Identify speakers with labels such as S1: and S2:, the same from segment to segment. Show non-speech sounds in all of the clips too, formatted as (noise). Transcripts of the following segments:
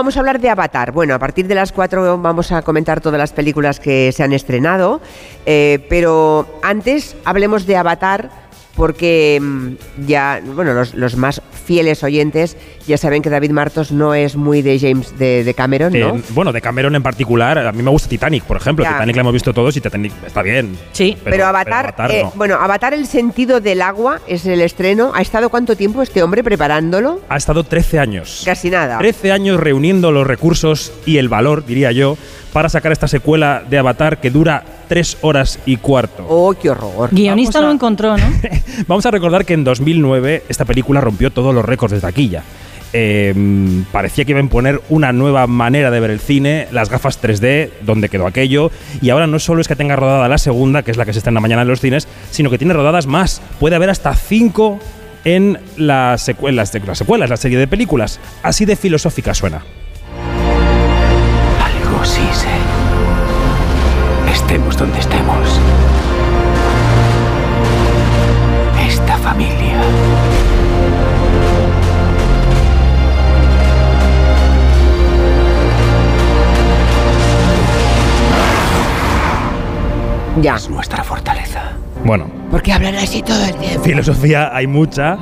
S1: Vamos a hablar de Avatar. Bueno, a partir de las 4 vamos a comentar todas las películas que se han estrenado, eh, pero antes hablemos de Avatar porque mm, ya, bueno, los, los más fieles oyentes ya saben que David Martos no es muy de James de, de Cameron,
S2: De-
S1: ¿no?
S2: Eh, Bueno, de Cameron en particular, a mí me gusta Titanic, por ejemplo.
S1: Ya.
S2: Titanic la hemos visto todos y Titanic está bien.
S3: Sí.
S1: Pero, Avatar, eh,
S2: no.
S1: bueno, Avatar el sentido del agua es el estreno. ¿Ha estado cuánto tiempo este hombre preparándolo?
S2: Ha estado 13 años.
S1: Casi nada.
S2: 13 años reuniendo los recursos y el valor, diría yo, para sacar esta secuela de Avatar que dura 3 horas y cuarto.
S1: Oh, qué horror.
S3: Guionista
S2: Vamos a-
S3: lo encontró, ¿no?
S2: Vamos a recordar que en 2009 esta película rompió todos los récords de taquilla. Eh, parecía que iba a imponer una nueva manera de ver el cine, las gafas 3D, donde quedó aquello, y ahora no solo es que tenga rodada la segunda, que es la que se estrena mañana en los cines, sino que tiene rodadas más. Puede haber hasta cinco en las secuelas, las secuelas, la serie de películas. Así de filosófica suena.
S4: Algo sí sé. Estemos donde estemos. Esta familia.
S1: Ya.
S4: Es nuestra fortaleza.
S2: Bueno,
S1: Porque hablan así todo el tiempo.
S2: filosofía hay mucha.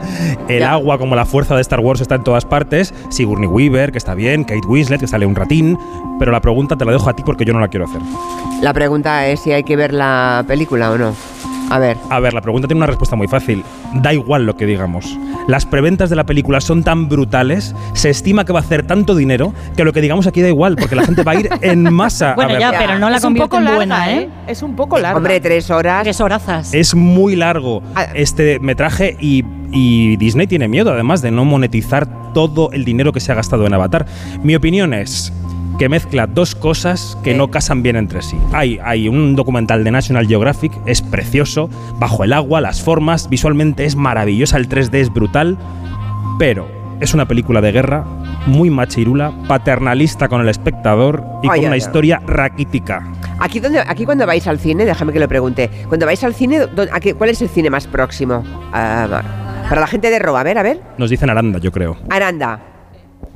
S2: El
S1: Ya.
S2: agua, como la fuerza de Star Wars, está en todas partes. Sigourney Weaver, que está bien. Kate Winslet, que sale un ratín. Pero la pregunta te la dejo a ti porque yo no la quiero hacer.
S1: La pregunta es si hay que ver la película o no. A ver.
S2: A ver, la pregunta tiene una respuesta muy fácil. Da igual lo que digamos. Las preventas de la película son tan brutales, se estima que va a hacer tanto dinero, que lo que digamos aquí da igual, porque la gente va a ir en masa a
S3: Bueno,
S2: verla.
S3: ya,
S1: Ya.
S3: pero no la
S5: es un
S3: convierte
S5: poco
S3: en
S5: larga,
S3: buena,
S5: ¿eh?
S3: ¿eh?
S5: Es un poco larga.
S1: Hombre, tres horas.
S3: Tres horazas.
S2: Es muy largo
S1: Ah.
S2: este metraje y, y Disney tiene miedo, además, de no monetizar todo el dinero que se ha gastado en Avatar. Mi opinión es que mezcla dos cosas que
S1: Sí.
S2: no casan bien entre sí. Hay, hay un documental de National Geographic, es precioso, bajo el agua, las formas, visualmente es maravillosa, el 3D es brutal, pero es una película de guerra muy machirula, paternalista con el espectador y
S1: Ay,
S2: con
S1: ay,
S2: una
S1: ay.
S2: historia raquítica.
S1: Aquí, donde, aquí cuando vais al cine, déjame que lo pregunte. Cuando vais al cine, ¿dó- a qué- ¿cuál es el cine más próximo? Ah, va. para la gente de Roba, a ver, a ver.
S2: Nos dicen Aranda, yo creo.
S1: Aranda.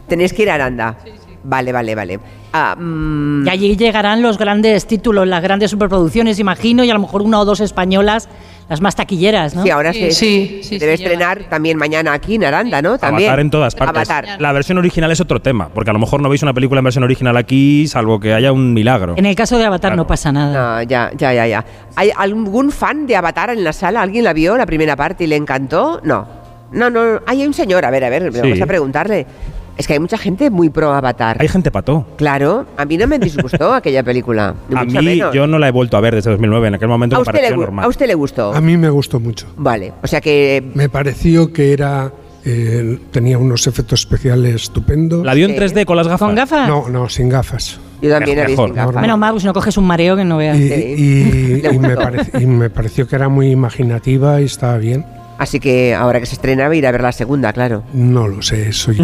S1: Tenéis que ir a Aranda. Vale, vale, vale. Ah, mm,
S3: Y allí llegarán los grandes títulos, las grandes superproducciones, imagino, y a lo mejor una o dos españolas, las más taquilleras, ¿no?
S1: Sí, ahora se,
S5: sí, sí,
S1: se debe
S5: sí,
S1: estrenar
S5: lleva, sí.
S1: también mañana aquí en Aranda, ¿no? También.
S2: Avatar en todas partes.
S1: Avatar.
S2: La versión original es otro tema, porque a lo mejor no veis una película en versión original aquí, salvo que haya un milagro.
S3: En el caso de Avatar
S2: Claro.
S3: no pasa nada.
S1: No, ya, ya, ya, ya. ¿Hay algún fan de Avatar en la sala? ¿Alguien la vio la primera parte y le encantó? No. No, no, no. Ay, hay un señor, a ver, a ver,
S2: Sí.
S1: vamos a preguntarle. Es que hay mucha gente muy pro Avatar.
S2: Hay gente pató.
S1: Claro, a mí no me disgustó (laughs) aquella película. ni
S2: A
S1: mucho
S2: mí,
S1: menos.
S2: yo no la he vuelto a ver desde 2009. En aquel momento
S1: a,
S2: me
S1: usted le,
S2: pareció
S1: gu-
S2: normal.
S1: a usted le gustó.
S6: A mí me gustó mucho.
S1: Vale, o sea que...
S6: Me pareció que era eh, tenía unos efectos especiales estupendos.
S2: ¿La vio en
S1: Sí.
S2: 3D con las gafas?
S3: ¿Con gafas?
S6: No, no, sin gafas.
S1: Yo también la
S2: Mejor,
S1: vi sin
S2: mejor.
S1: gafas.
S3: Bueno, Magus, no coges un mareo que no veas.
S6: Y,
S1: Sí.
S7: (laughs)
S6: y- y me parec- y me pareció que era muy imaginativa y estaba bien.
S1: Así que ahora que se estrena, ir a ver la segunda,
S2: (laughs)
S1: claro.
S6: No lo
S7: (laughs)
S6: sé, soy.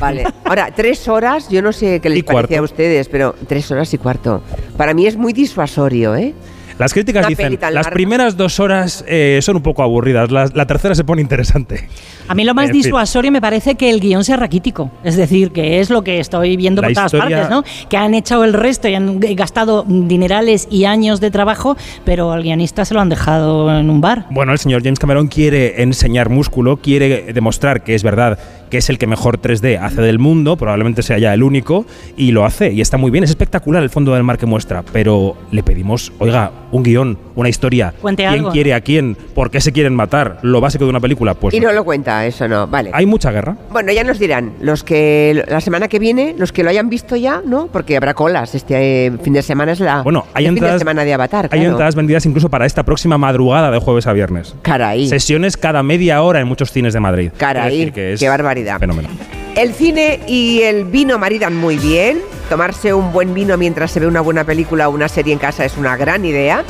S1: Vale. Ahora, tres horas, yo no sé qué les
S2: Y cuarto.
S1: parece a ustedes, pero tres horas y cuarto. Para mí es muy disuasorio, ¿eh?
S2: Las críticas
S1: Una
S2: dicen,
S1: peli tan
S2: las
S1: larga".
S2: primeras dos horas eh, son un poco aburridas, las- la, tercera se pone interesante.
S3: A mí lo más
S2: En fin.
S3: disuasorio me parece que el guión sea raquítico. Es decir, que es lo que estoy viendo
S2: La
S3: por todas
S2: historia-
S3: partes, ¿no? Que han echado el resto y han gastado dinerales y años de trabajo, pero al guionista se lo han dejado en un bar.
S2: Bueno, el señor James Cameron quiere enseñar músculo, quiere demostrar que es verdad que es el que mejor 3D hace del mundo, probablemente sea ya el único, y lo hace, y está muy bien, es espectacular el fondo del mar que muestra, pero le pedimos, oiga, un guión, una historia,
S3: Cuente
S2: quién
S3: algo.
S2: quiere a quién, por qué se quieren matar, lo básico de una película, pues...
S1: Y
S2: no.
S1: no lo cuenta, eso no. Vale.
S2: Hay mucha guerra.
S1: Bueno, ya nos dirán los que la semana que viene, los que lo hayan visto ya, ¿no? Porque habrá colas. Este eh, fin de semana es la
S2: Bueno, hay
S1: el fin
S2: entradas,
S1: de semana de Avatar.
S2: hay
S1: claro.
S2: entradas vendidas incluso para esta próxima madrugada de jueves a viernes.
S1: Caray.
S2: Sesiones cada media hora en muchos cines de Madrid.
S1: Caray,
S2: Quiero
S1: qué barbaridad.
S2: Fenómeno.
S1: El cine y el vino maridan muy bien. Tomarse un buen vino mientras se ve una buena película o una serie en casa es una gran idea.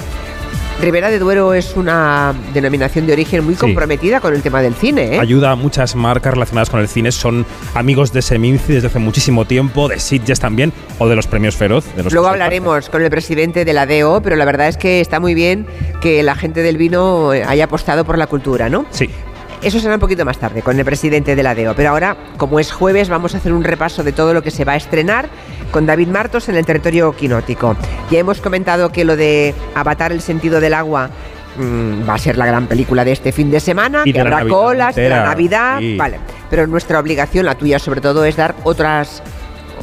S1: Ribera de Duero es una denominación de origen muy
S2: Sí.
S1: comprometida con el tema del cine. ¿eh?
S2: Ayuda a muchas marcas relacionadas con el cine. Son amigos de Seminci desde hace muchísimo tiempo, de Sitges también, o de los premios Feroz. de
S1: Luego
S2: los que soy parte.
S1: hablaremos con el presidente de la DO, pero la verdad es que está muy bien que la gente del vino haya apostado por la cultura, ¿no?
S2: Sí.
S1: Eso será un poquito más tarde con el presidente de la DEO. Pero ahora, como es jueves, vamos a hacer un repaso de todo lo que se va a estrenar con David Martos en el territorio quinótico. Ya hemos comentado que lo de Avatar, el sentido del agua. mm, va a ser la gran película de este fin de semana,
S2: Y
S1: que
S2: de la
S1: habrá
S2: Navidad
S1: colas, de la
S2: entera,
S1: Navidad,
S2: sí.
S1: vale. Pero nuestra obligación, la tuya sobre todo, es dar otras,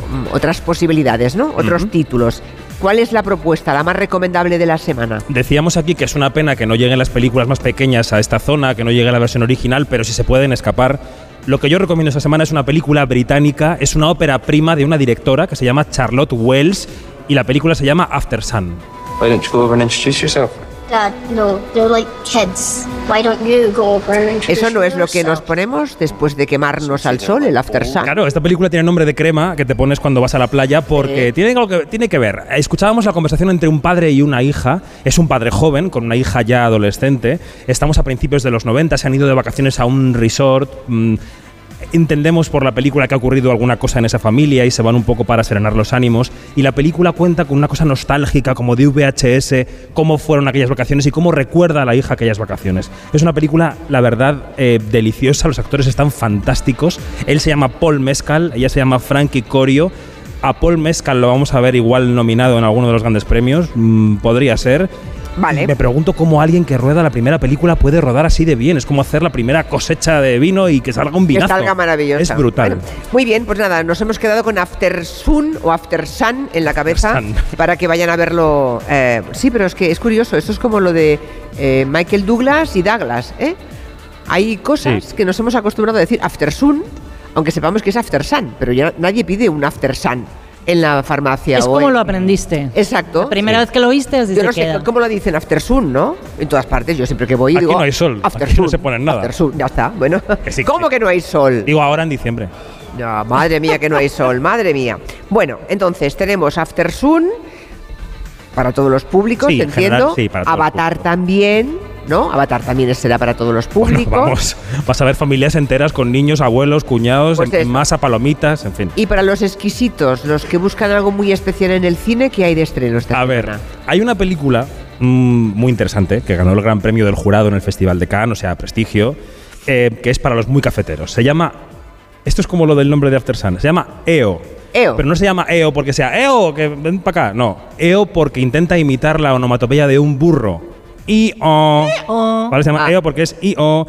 S1: mm, otras posibilidades, ¿no? Otros títulos. ¿Cuál es la propuesta, la más recomendable de la semana?
S2: Decíamos aquí que es una pena que no lleguen las películas más pequeñas a esta zona, que no llegue la versión original, pero si se pueden escapar. Lo que yo recomiendo esta semana es una película británica, es una ópera prima de una directora que se llama Charlotte Wells y la película se llama After Sun.
S5: Why don't you go over and introduce yourself?
S8: Dad, no, they're like kids. Why don't you go over and introduce
S1: Eso no es lo que nos
S8: yourself?
S1: ponemos después de quemarnos al sol, el after sun.
S2: Claro, esta película tiene nombre de crema que te pones cuando vas a la playa porque tiene, algo que, tiene que ver. Escuchábamos la conversación entre un padre y una hija. Es un padre joven con una hija ya adolescente. Estamos a principios de los 90, se han ido de vacaciones a un resort. mm, Entendemos por la película que ha ocurrido alguna cosa en esa familia y se van un poco para serenar los ánimos. Y la película cuenta con una cosa nostálgica, como de VHS, cómo fueron aquellas vacaciones y cómo recuerda a la hija aquellas vacaciones. Es una película, la verdad, eh, deliciosa. Los actores están fantásticos. Él se llama Paul Mescal, ella se llama Frankie Corio. A Paul Mescal lo vamos a ver igual nominado en alguno de los grandes premios. mm, podría ser.
S1: Vale.
S2: Me pregunto cómo alguien que rueda la primera película puede rodar así de bien. Es como hacer la primera cosecha de vino y que salga un
S1: Que
S2: vinazo.
S1: salga maravillosa.
S2: Es brutal.
S1: Bueno, muy bien, pues nada, nos hemos quedado con After Sun o After Sun en la cabeza
S2: Sun.
S1: (laughs) para que vayan a verlo. eh, sí, pero es que es curioso, esto es como lo de eh, Michael Douglas y Douglas, ¿eh? Hay cosas
S2: Sí.
S1: que nos hemos acostumbrado a decir After Sun, aunque sepamos que es After Sun, pero ya nadie pide un After Sun en la farmacia.
S3: Es
S1: o
S3: como
S1: en-
S3: lo aprendiste.
S1: Exacto.
S3: La primera vez que lo oíste, así
S1: Yo
S3: se
S1: no sé
S3: queda.
S1: cómo lo dicen after sun, ¿no? En todas partes, yo siempre que voy
S2: Aquí
S1: digo.
S2: no hay sol,
S1: After
S2: aquí no
S1: sun,
S2: se pone nada.
S1: After sun, ya está, bueno.
S2: Que sí, que
S1: ¿Cómo
S2: sí.
S1: que no hay sol?
S2: Digo ahora en diciembre.
S1: No, madre mía, que no hay sol, madre mía. Bueno, entonces tenemos after sun para todos los públicos,
S2: Sí, en
S1: entiendo.
S2: general, sí, para todo el
S1: Avatar
S2: público.
S1: también, ¿no? Avatar también será para todos los
S2: Bueno,
S1: públicos.
S2: (laughs) vamos. Vas a ver familias enteras con niños, abuelos, cuñados,
S1: Pues
S2: en-
S1: eso.
S2: masa, palomitas, en fin.
S1: Y para los exquisitos, los que buscan algo muy especial en el cine, ¿qué hay de estrenos? esta
S2: A ver,
S1: semana?
S2: hay una película mm, muy interesante que ganó el Gran Premio del Jurado en el Festival de Cannes, o sea, prestigio, eh, que es para los muy cafeteros. Se llama. Esto es como lo del nombre de After Sun. Se llama EO.
S1: EO.
S2: Pero no se llama EO porque sea EO, que ven para acá. No, EO porque intenta imitar la onomatopeya de un burro. I-O. ¿Vale? Se llama
S1: Ah.
S2: EO porque es I-O.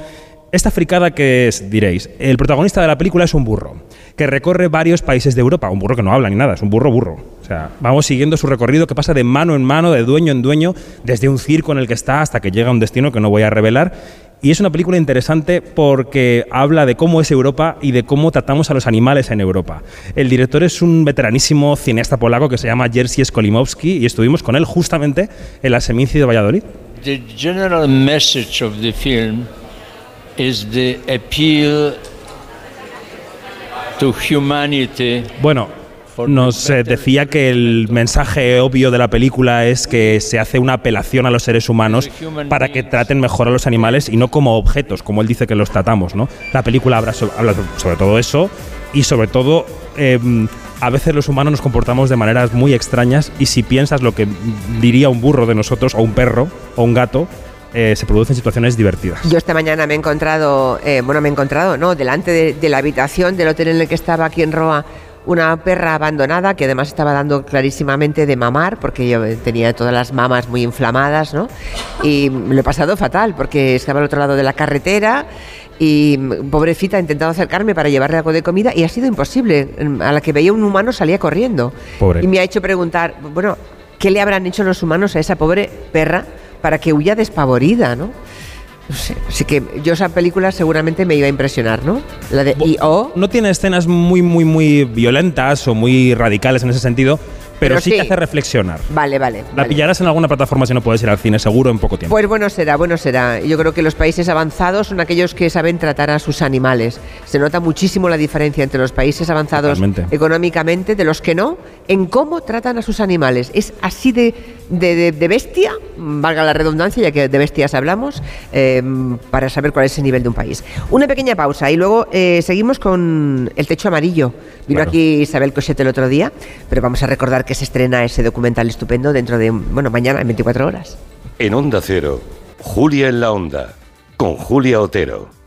S2: Esta fricada que es, diréis, el protagonista de la película es un burro, que recorre varios países de Europa, un burro que no habla ni nada, es un burro burro. O sea, vamos siguiendo su recorrido que pasa de mano en mano, de dueño en dueño, desde un circo en el que está hasta que llega a un destino que no voy a revelar. Y es una película interesante porque habla de cómo es Europa y de cómo tratamos a los animales en Europa. El director es un veteranísimo cineasta polaco que se llama Jerzy Skolimowski y estuvimos con él justamente en la Seminci de Valladolid.
S9: The general message of the film is the appeal to humanity.
S2: Bueno, nos eh, decía que el mensaje obvio de la película es que se hace una apelación a los seres humanos para que traten mejor a los animales y no como objetos, como él dice que los tratamos, ¿no? La película habla so- habla sobre, todo eso y sobre todo eh, a veces los humanos nos comportamos de maneras muy extrañas y si piensas lo que diría un burro de nosotros o un perro o un gato, eh, se producen situaciones divertidas.
S1: Yo esta mañana me he encontrado, eh, bueno, me he encontrado, ¿no? Delante de, de la habitación del hotel en el que estaba aquí en Roa, una perra abandonada que además estaba dando clarísimamente de mamar, porque yo eh, tenía todas las mamas muy inflamadas, ¿no? Y me lo he pasado fatal, porque estaba al otro lado de la carretera y mm, pobrecita he intentado acercarme para llevarle algo de comida y ha sido imposible. Mm, A la que veía un humano salía corriendo.
S2: Pobre.
S1: Y me ha hecho preguntar, bueno, ¿qué le habrán hecho los humanos a esa pobre perra para que huya despavorida, ¿no? No sé, Así que yo esa película seguramente me iba a impresionar, ¿no? La de
S2: Bo-
S1: I.O.
S2: No tiene escenas muy, muy, muy violentas o muy radicales en ese sentido, pero,
S1: Pero
S2: sí,
S1: sí.
S2: te hace reflexionar.
S1: Vale, vale.
S2: La
S1: vale.
S2: pillarás en alguna plataforma si no puedes ir al cine, seguro, en poco tiempo.
S1: Pues bueno será, bueno será. Yo creo que los países avanzados son aquellos que saben tratar a sus animales. Se nota muchísimo la diferencia entre los países avanzados
S2: Totalmente.
S1: económicamente de los que no, en cómo tratan a sus animales. Es así de, de- de- de bestia, valga la redundancia, ya que de bestias hablamos, eh, para saber cuál es el nivel de un país. Una pequeña pausa y luego eh, seguimos con El Techo Amarillo. Vino
S2: Claro.
S1: aquí Isabel Cosette el otro día, pero vamos a recordar que se estrena ese documental estupendo dentro de, bueno, mañana en 24 horas.
S10: En Onda Cero, Julia en la Onda, con Julia Otero.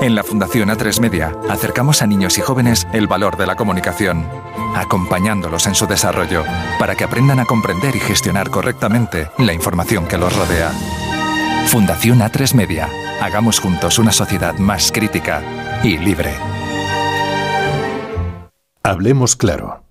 S11: En la Fundación A3 Media acercamos a niños y jóvenes el valor de la comunicación, acompañándolos en su desarrollo para que aprendan a comprender y gestionar correctamente la información que los rodea. Fundación A3 Media. Hagamos juntos una sociedad más crítica y libre.
S10: Hablemos claro.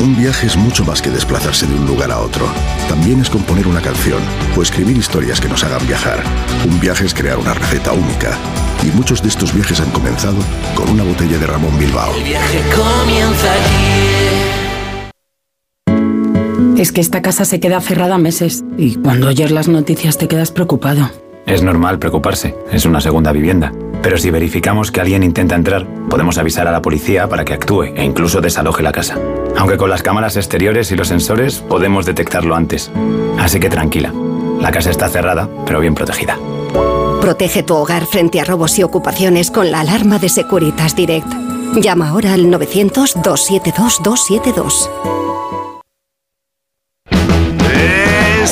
S12: Un viaje es mucho más que desplazarse de un lugar a otro. También es componer una canción o escribir historias que nos hagan viajar. Un viaje es crear una receta única. Y muchos de estos viajes han comenzado con una botella de Ramón Bilbao.
S13: comienza Es que esta casa se queda cerrada meses y cuando oyes las noticias te quedas preocupado.
S14: Es normal preocuparse, es una segunda vivienda. Pero si verificamos que alguien intenta entrar, podemos avisar a la policía para que actúe e incluso desaloje la casa. Aunque con las cámaras exteriores y los sensores podemos detectarlo antes. Así que tranquila, la casa está cerrada, pero bien protegida.
S15: Protege tu hogar frente a robos y ocupaciones con la alarma de Securitas Direct. Llama ahora al 900-272-272.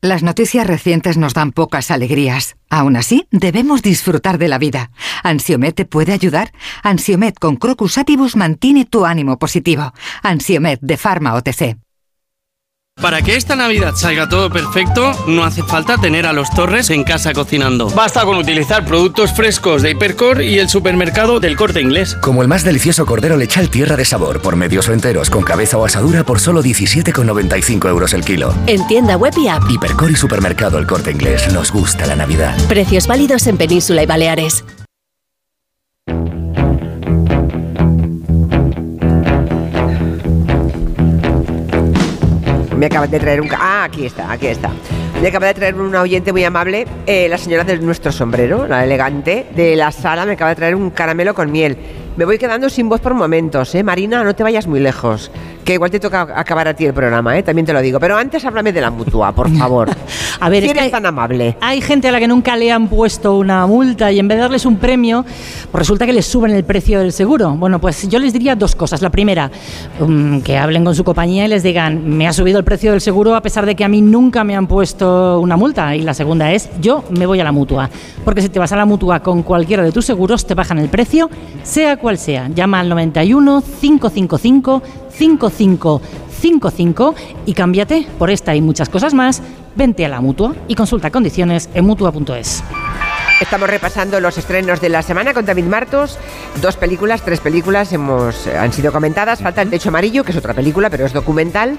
S7: Las noticias recientes nos dan pocas alegrías. Aún así, debemos disfrutar de la vida. Ansiomet te puede ayudar. Ansiomet con Crocus Atibus mantiene tu ánimo positivo. Ansiomet de Pharma OTC.
S16: Para que esta Navidad salga todo perfecto, no hace falta tener a los Torres en casa cocinando. Basta con utilizar productos frescos de Hipercor y el supermercado del Corte Inglés.
S17: Como el más delicioso cordero lechal tierra de sabor por medios o enteros con cabeza o asadura por solo 17,95 euros el kilo.
S18: En tienda web y app.
S17: Hipercor y supermercado el Corte Inglés nos gusta la Navidad.
S18: Precios válidos en Península y Baleares.
S1: Me acaban de traer un... ca- Ah, aquí está, aquí está. Me acaba de traer una oyente muy amable, eh, la señora de nuestro sombrero, la elegante de la sala, me acaba de traer un caramelo con miel. Me voy quedando sin voz por momentos, ¿eh? Marina, no te vayas muy lejos, que igual te toca acabar a ti el programa, ¿eh? También te lo digo. Pero antes háblame de la mutua, por favor.
S3: A ver,
S1: si
S3: es que
S1: eres tan amable.
S3: Hay gente a la que nunca le han puesto una multa y en vez de darles un premio, pues resulta que les suben el precio del seguro. Bueno, pues yo les diría dos cosas. La primera, mm, que hablen con su compañía y les digan, me ha subido el precio del seguro a pesar de que a mí nunca me han puesto una multa. Y la segunda es, yo me voy a la mutua. Porque si te vas a la mutua con cualquiera de tus seguros, te bajan el precio, sea cual sea. Llama al 91 555 5555 y cámbiate por esta y muchas cosas más. Vente a la mutua y consulta condiciones en mutua.es.
S1: Estamos repasando los estrenos de la semana con David Martos. Dos películas, tres películas hemos, eh, han sido comentadas. Falta El Techo Amarillo, que es otra película, pero es documental.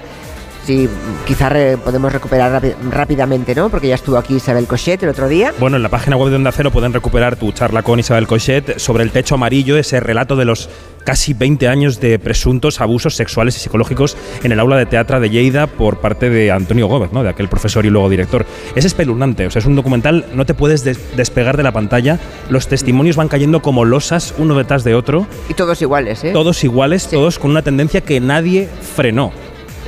S1: Sí, quizás podemos recuperar rápi- rápidamente, ¿no? Porque ya estuvo aquí Isabel Cochet el otro día.
S2: Bueno, en la página web de Onda Cero pueden recuperar tu charla con Isabel Cochet sobre el techo amarillo, ese relato de los casi 20 años de presuntos abusos sexuales y psicológicos en el aula de teatro de Lleida por parte de Antonio Gómez, ¿no? de aquel profesor y luego director. Es espeluznante, o sea, es un documental, no te puedes des- despegar de la pantalla, los testimonios van cayendo como losas uno detrás de otro,
S1: Y todos iguales, ¿eh?
S2: todos iguales, todos con una tendencia que nadie frenó.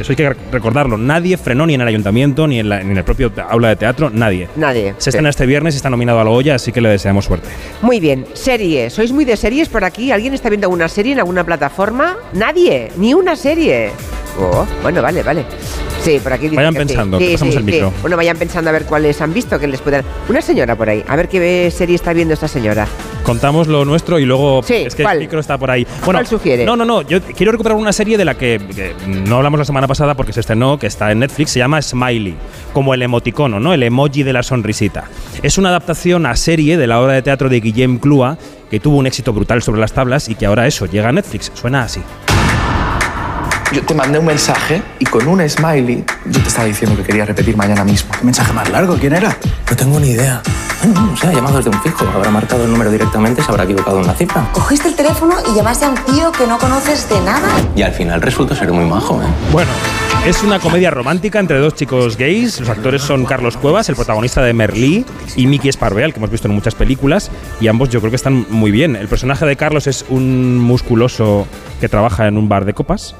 S2: Eso hay que recordarlo, nadie frenó ni en el ayuntamiento, ni en, la- ni en el propio aula de teatro, nadie.
S1: Nadie.
S2: Se estrena este viernes y está nominado a la Goya, así que le deseamos suerte.
S1: Muy bien, serie. ¿Sois muy de series por aquí? ¿Alguien está viendo alguna serie en alguna plataforma? Nadie, ni una serie. Oh, bueno, vale, vale. Sí, por aquí dicen
S2: Vayan
S1: que
S2: pensando,
S1: sí.
S2: que
S1: Sí,
S2: pasamos
S1: sí,
S2: el micro.
S1: sí. Bueno, vayan pensando a ver cuáles han visto, que les puedan... Una señora por ahí, a ver qué serie está viendo esta señora.
S2: Contamos lo nuestro y luego
S1: Sí,
S2: es que
S1: ¿cuál?
S2: el micro está por ahí.
S1: ¿Cuál sugiere?
S2: No, no, no. Yo quiero recuperar una serie de la que, que no hablamos la semana pasada porque se estrenó, que está en Netflix, se llama Smiley, como el emoticono, ¿no? El emoji de la sonrisita. Es una adaptación a serie de la obra de teatro de Guillem Clua, que tuvo un éxito brutal sobre las tablas y que ahora eso llega a Netflix. Suena así.
S4: Yo te mandé un mensaje y con un smiley yo te estaba diciendo que quería repetir mañana mismo. ¿Qué mensaje más largo? ¿Quién era?
S5: No tengo ni idea. No, no, Mm, se ha llamado desde un fijo. Habrá marcado el número directamente, se habrá equivocado en la cifra.
S6: Cogiste el teléfono y llamaste a un tío que no conoces de nada.
S5: Y al final resultó ser muy majo, ¿eh?
S2: Bueno, es una comedia romántica entre dos chicos gays. Los actores son Carlos Cuevas, el protagonista de Merlí, y Miki Esparveal, que hemos visto en muchas películas. Y ambos yo creo que están muy bien. El personaje de Carlos es un musculoso que trabaja en un bar de copas.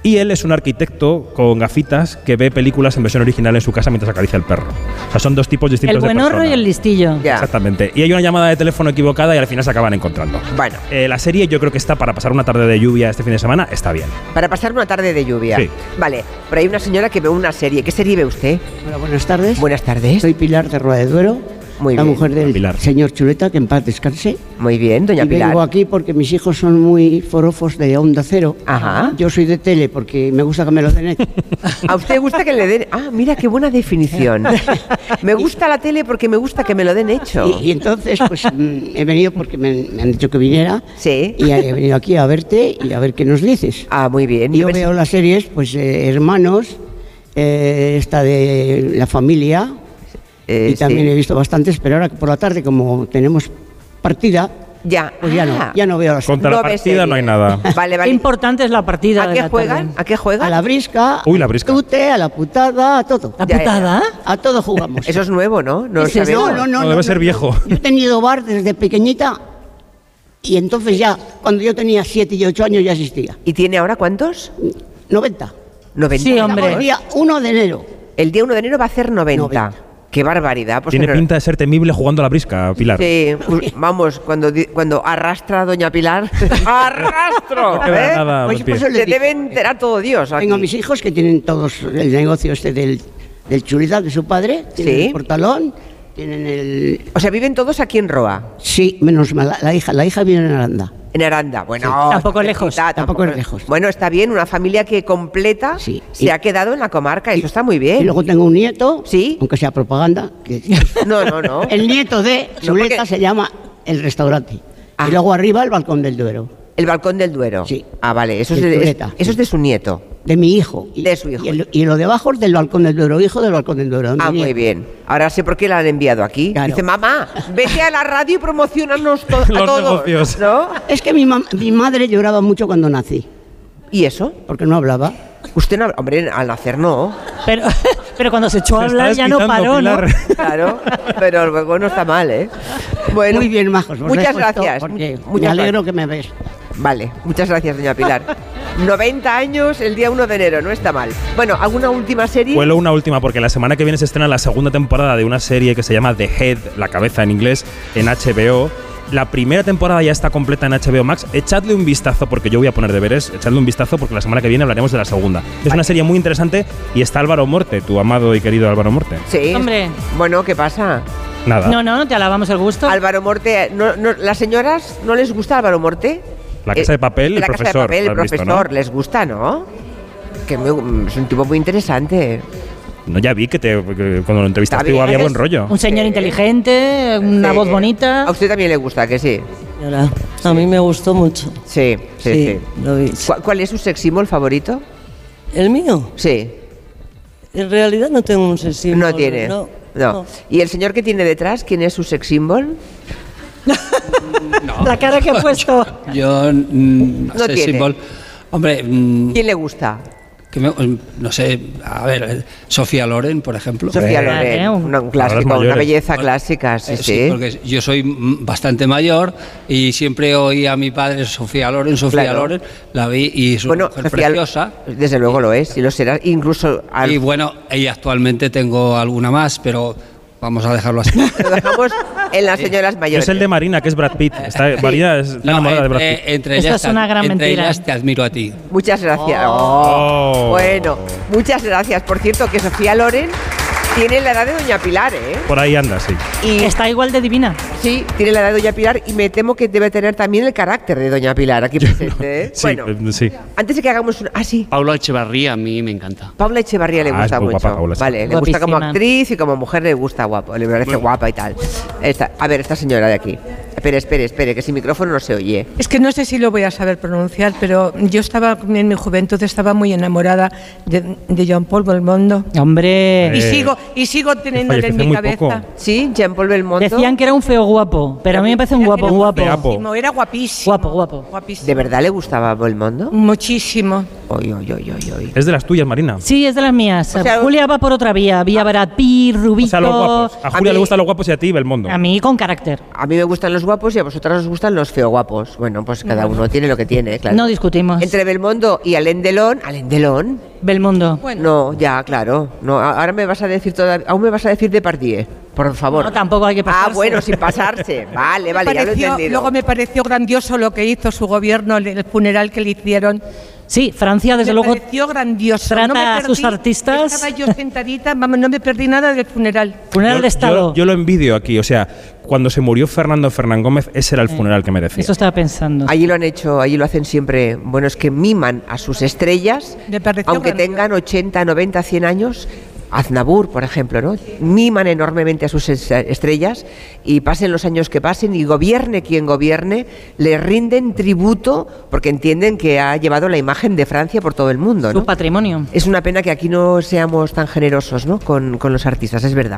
S2: Y él es un arquitecto con gafitas que ve películas en versión original en su casa mientras acaricia al perro. O sea, son dos tipos distintos
S3: El buen
S2: de
S3: horro
S2: personas.
S3: y el listillo.
S2: Exactamente. Y hay una llamada de teléfono equivocada y al final se acaban encontrando. Eh,
S1: Bueno.
S2: la serie yo creo que está para pasar una tarde de lluvia este fin de semana. Está bien.
S1: Para pasar una tarde de lluvia.
S2: Sí.
S1: Vale, pero hay una señora que ve una serie. ¿Qué serie ve usted?
S8: buenas tardes.
S1: Buenas tardes.
S8: Soy Pilar de Rueda de Duero.
S1: Muy
S8: la
S1: bien.
S8: mujer del señor Chuleta, que en paz descanse.
S1: Muy bien, doña
S8: y
S1: Pilar.
S8: vengo aquí porque mis hijos son muy forofos de Onda Cero.
S1: Ajá.
S8: Yo soy de tele porque me gusta que me lo den hecho.
S1: (laughs) ¿A usted le gusta que le den.? Ah, mira qué buena
S8: (laughs)
S1: definición. Me gusta la tele porque me gusta que me lo den hecho.
S8: Y, y entonces,
S1: (laughs)
S8: pues mm, he venido porque me, han- me han dicho que viniera.
S1: Sí.
S8: Y he venido aquí a verte y a ver qué nos dices.
S1: Ah, muy bien.
S8: Yo veo las series, pues eh, Hermanos, eh, esta de La Familia. y también
S1: Eh, sí.
S8: he visto bastantes, pero ahora por la tarde, como tenemos partida,
S1: ya,
S8: pues ya no,
S1: Ah.
S8: ya no veo las
S2: Contra la partida no hay nada.
S1: (laughs) Vale, vale.
S8: Qué importante es la partida.
S1: ¿A qué juegan? ¿A qué juegan?
S8: A la brisca,
S2: Uy, la brisca.
S8: al tute, a la putada, a todo. ¿La
S1: Ya, ya. putada?
S8: A todo jugamos.
S1: Eso es nuevo, ¿no? No lo
S8: Ese es-
S1: (laughs) sabemos.
S8: no, no, no,
S2: debe ser viejo.
S8: Yo he tenido bar desde pequeñita y entonces ya, cuando yo tenía 7 y 8 años ya asistía.
S1: ¿Y tiene ahora cuántos?
S8: 90.
S1: 90.
S8: Sí, hombre. El día 1 de enero.
S1: El día 1 de enero va a hacer 90. Qué barbaridad. Pues
S2: Tiene
S1: que no-
S2: pinta de ser temible jugando a la brisca, Pilar.
S1: Sí, pues, vamos, cuando, di- cuando arrastra a Doña
S8: (laughs)
S1: Pilar, ¡arrastro!
S2: No queda nada
S1: Pues
S2: de pie.
S1: por eso le digo, debe enterar todo Dios. aquí.
S8: Tengo a mis hijos que tienen todos el negocio este del, del chuleta de su padre, tienen
S1: Sí.
S8: el portalón, tienen el...
S1: O sea, viven todos aquí en Roa.
S8: Sí, menos mal, la, la hija, la hija vive en Aranda.
S1: En Aranda, bueno.
S8: Tampoco
S1: está
S8: lejos,
S1: cerquita,
S8: tampoco es lejos.
S1: Bueno, está bien, una familia que completa se
S8: Y-
S1: ha quedado en la comarca, eso está muy bien.
S8: Y luego tengo un nieto, aunque sea propaganda. que-
S1: No, no, no.
S8: (laughs) el nieto de
S1: No,
S8: Chuleta
S1: porque- Ah.
S8: se llama el restaurante. Y luego arriba el balcón del Duero.
S1: El balcón del Duero. Sí. Ah, vale, eso es,
S8: Del
S1: de, es-
S8: Chuleta.
S1: eso es de su nieto.
S8: De mi hijo.
S1: De su hijo.
S8: Y, el- y lo debajo es del balcón del Duero, hijo del balcón del Duero.
S1: Ah, muy bien. Ahora sé por qué la han enviado aquí. Dice, mamá, vete a la radio y promocionanos
S8: (laughs)
S1: to- a todos. ¿No?
S8: Es que mi, mam- mi madre lloraba mucho cuando nací.
S1: ¿Y eso?
S8: Porque no hablaba.
S1: Usted no habla- hombre, al nacer no.
S19: (laughs)
S8: Pero, pero cuando se echó
S3: a Se está hablar ya no desquitando, paró, ¿no? Pilar.
S1: Claro, pero luego no está mal, ¿eh? Bueno,
S8: Muy bien, majos. os
S1: Muchas
S8: dejo esto
S1: gracias.
S8: porque
S1: muchas
S8: me alegro
S1: gracias.
S8: que me ves.
S1: Vale, muchas gracias, doña
S8: (laughs)
S1: Pilar. 90 años el día 1 de enero, no está mal. Bueno, ¿alguna última serie?
S2: Cuelo una última porque la semana que viene se estrena la segunda temporada de una serie que se llama The Head, la cabeza en inglés, en HBO. La primera temporada ya está completa en HBO Max. Echadle un vistazo porque yo voy a poner deberes. Echadle un vistazo porque la semana que viene hablaremos de la segunda. Es una serie muy interesante y está Álvaro Morte, tu amado y querido Álvaro Morte.
S1: Sí.
S3: Hombre.
S1: Bueno, ¿qué pasa?
S2: Nada.
S1: no, te alabamos el gusto. Álvaro Morte, no, no, ¿las señoras no les gusta Álvaro Morte? Eh,
S2: La Casa de Papel, el
S1: la Casa de
S2: profesor,
S1: Papel,
S2: lo
S1: el
S2: has visto,
S1: profesor, les gusta, ¿no? Que muy- es un tipo muy interesante.
S2: No, ya vi que, te, que cuando lo entrevistaste
S1: bien,
S2: había
S1: es-
S2: buen rollo.
S3: Un señor inteligente, una voz bonita.
S1: A usted también le gusta, que sí.
S19: Señora, a mí me gustó mucho.
S1: Sí, sí, sí.
S19: Sí, lo vi.
S1: ¿Cuál, cuál es su seximo, el favorito?
S19: ¿El mío?
S1: Sí.
S19: En realidad no tengo un sexismo.
S1: No tiene.
S19: No.
S1: No.
S19: no.
S1: ¿Y el señor que tiene detrás, quién es su sex symbol?
S3: La cara que ha
S1: (laughs)
S3: puesto.
S20: Yo mm, no,
S1: No
S20: sé,
S1: tiene.
S20: símbolo. Hombre, mm,
S1: ¿Quién le gusta?
S20: que me- mm, no sé, a ver, eh, Sofía Loren, por ejemplo.
S1: Sofía Loren, una, ¿eh? un clásico, una
S20: mayores.
S1: belleza clásica, sí,
S20: Eh,
S1: sí.
S20: sí, porque yo soy mm, bastante mayor y siempre oí a mi padre Sofía Loren, Sofía
S1: Claro.
S20: Loren, la vi y es una mujer
S1: Sofía-
S20: preciosa.
S1: Desde luego lo es, y lo será incluso al-
S20: Y (laughs) bueno, y actualmente tengo alguna más, pero vamos a dejarlo así.
S1: lo dejamos en las señoras mayores.
S2: Es el de Marina, que es Brad Pitt. Está- Marina es la
S20: No,
S10: eh,
S2: enamorada de Brad
S20: entre-
S2: Pitt.
S20: entre
S1: Eso
S20: ellas,
S1: es una gran
S20: entre
S1: mentira.
S20: ellas te admiro a ti.
S1: Muchas gracias.
S2: Oh.
S1: Oh. Bueno, muchas gracias. Por cierto, que Sofía Loren tiene la edad de Doña Pilar, ¿eh?
S2: Por ahí anda, sí.
S1: Y Está igual de divina. Sí, tiene la edad de Doña Pilar y me temo que debe tener también el carácter de Doña Pilar
S16: (laughs)
S1: aquí presente, ¿eh?
S2: (laughs) Sí,
S1: Bueno,
S16: pues
S2: eh, sí.
S1: antes de que hagamos un... Ah, sí.
S16: Paula Echevarría a mí me encanta.
S1: Paula Echevarría le
S16: Ah,
S1: gusta
S16: es muy
S1: mucho.
S16: guapa Paula
S1: vale,
S16: Echevarría.
S1: le gusta como
S16: Guapísima.
S1: actriz y como mujer le gusta guapo, le parece guapa y tal. Esta- a ver, esta señora de aquí. Espere, espere, espere, que sin micrófono no se oye.
S9: Es que no sé si lo voy a saber pronunciar, pero yo estaba en mi juventud estaba muy enamorada de, de Jean-Paul Belmondo.
S3: Hombre.
S9: Y sigo y sigo teniéndole en mi cabeza.
S1: Sí, Jean-Paul Belmondo.
S3: Decían que era un feo guapo, pero a mí me parece un guapo guapo.
S9: Guapísimo, Era guapísimo. Guapo, guapo.
S1: ¿De verdad le gustaba Belmondo?
S9: Muchísimo.
S1: Oy, oy, oy, oy, oy.
S2: Es de las tuyas, Marina.
S3: Sí, es de las mías. Julia va por otra vía,
S1: Ah.
S3: vía Brad Pitt, Rubito.
S2: O sea, los guapos. A Julia le gustan los guapos y a ti, Belmondo.
S1: A
S3: mí con carácter.
S1: A mí me gustan los guapos y a vosotras os gustan los feo guapos. Bueno, pues cada uno tiene lo que tiene, claro.
S3: No discutimos.
S1: Entre Belmondo y Alain Delon, Alain Delon.
S3: Belmondo.
S1: No, ya, claro. No, a- ahora me vas a decir toda, aún me vas a decir de por favor.
S9: No,
S1: tampoco hay que pasarse. Ah, bueno, sin pasarse. Vale, vale, ya lo he
S9: Pareció-
S1: entendido.
S9: luego me pareció grandioso lo que hizo su gobierno, el- el funeral que le hicieron.
S3: Sí, Francia, desde
S9: me
S3: luego,
S9: pareció grandioso.
S3: trata
S9: no me
S3: a
S9: perdí-
S3: sus artistas.
S9: Estaba yo sentadita, vamos, no me perdí nada del funeral.
S2: Yo- Yo, yo lo envidio aquí. O sea, cuando se murió Fernando Fernán Gómez, ese era el funeral que merecía.
S3: estaba pensando.
S1: Allí lo han hecho, allí lo hacen siempre. Bueno, es que miman a sus estrellas, aunque tengan 80, 90, 100 años. Aznabur, por ejemplo, ¿no? Miman enormemente a sus es- estrellas y pasen los años que pasen y gobierne quien gobierne, le rinden tributo porque entienden que ha llevado la imagen de Francia por todo el mundo, ¿no?
S3: Su patrimonio.
S1: Es una pena que aquí no seamos tan generosos, ¿no? Con, con los artistas, es verdad.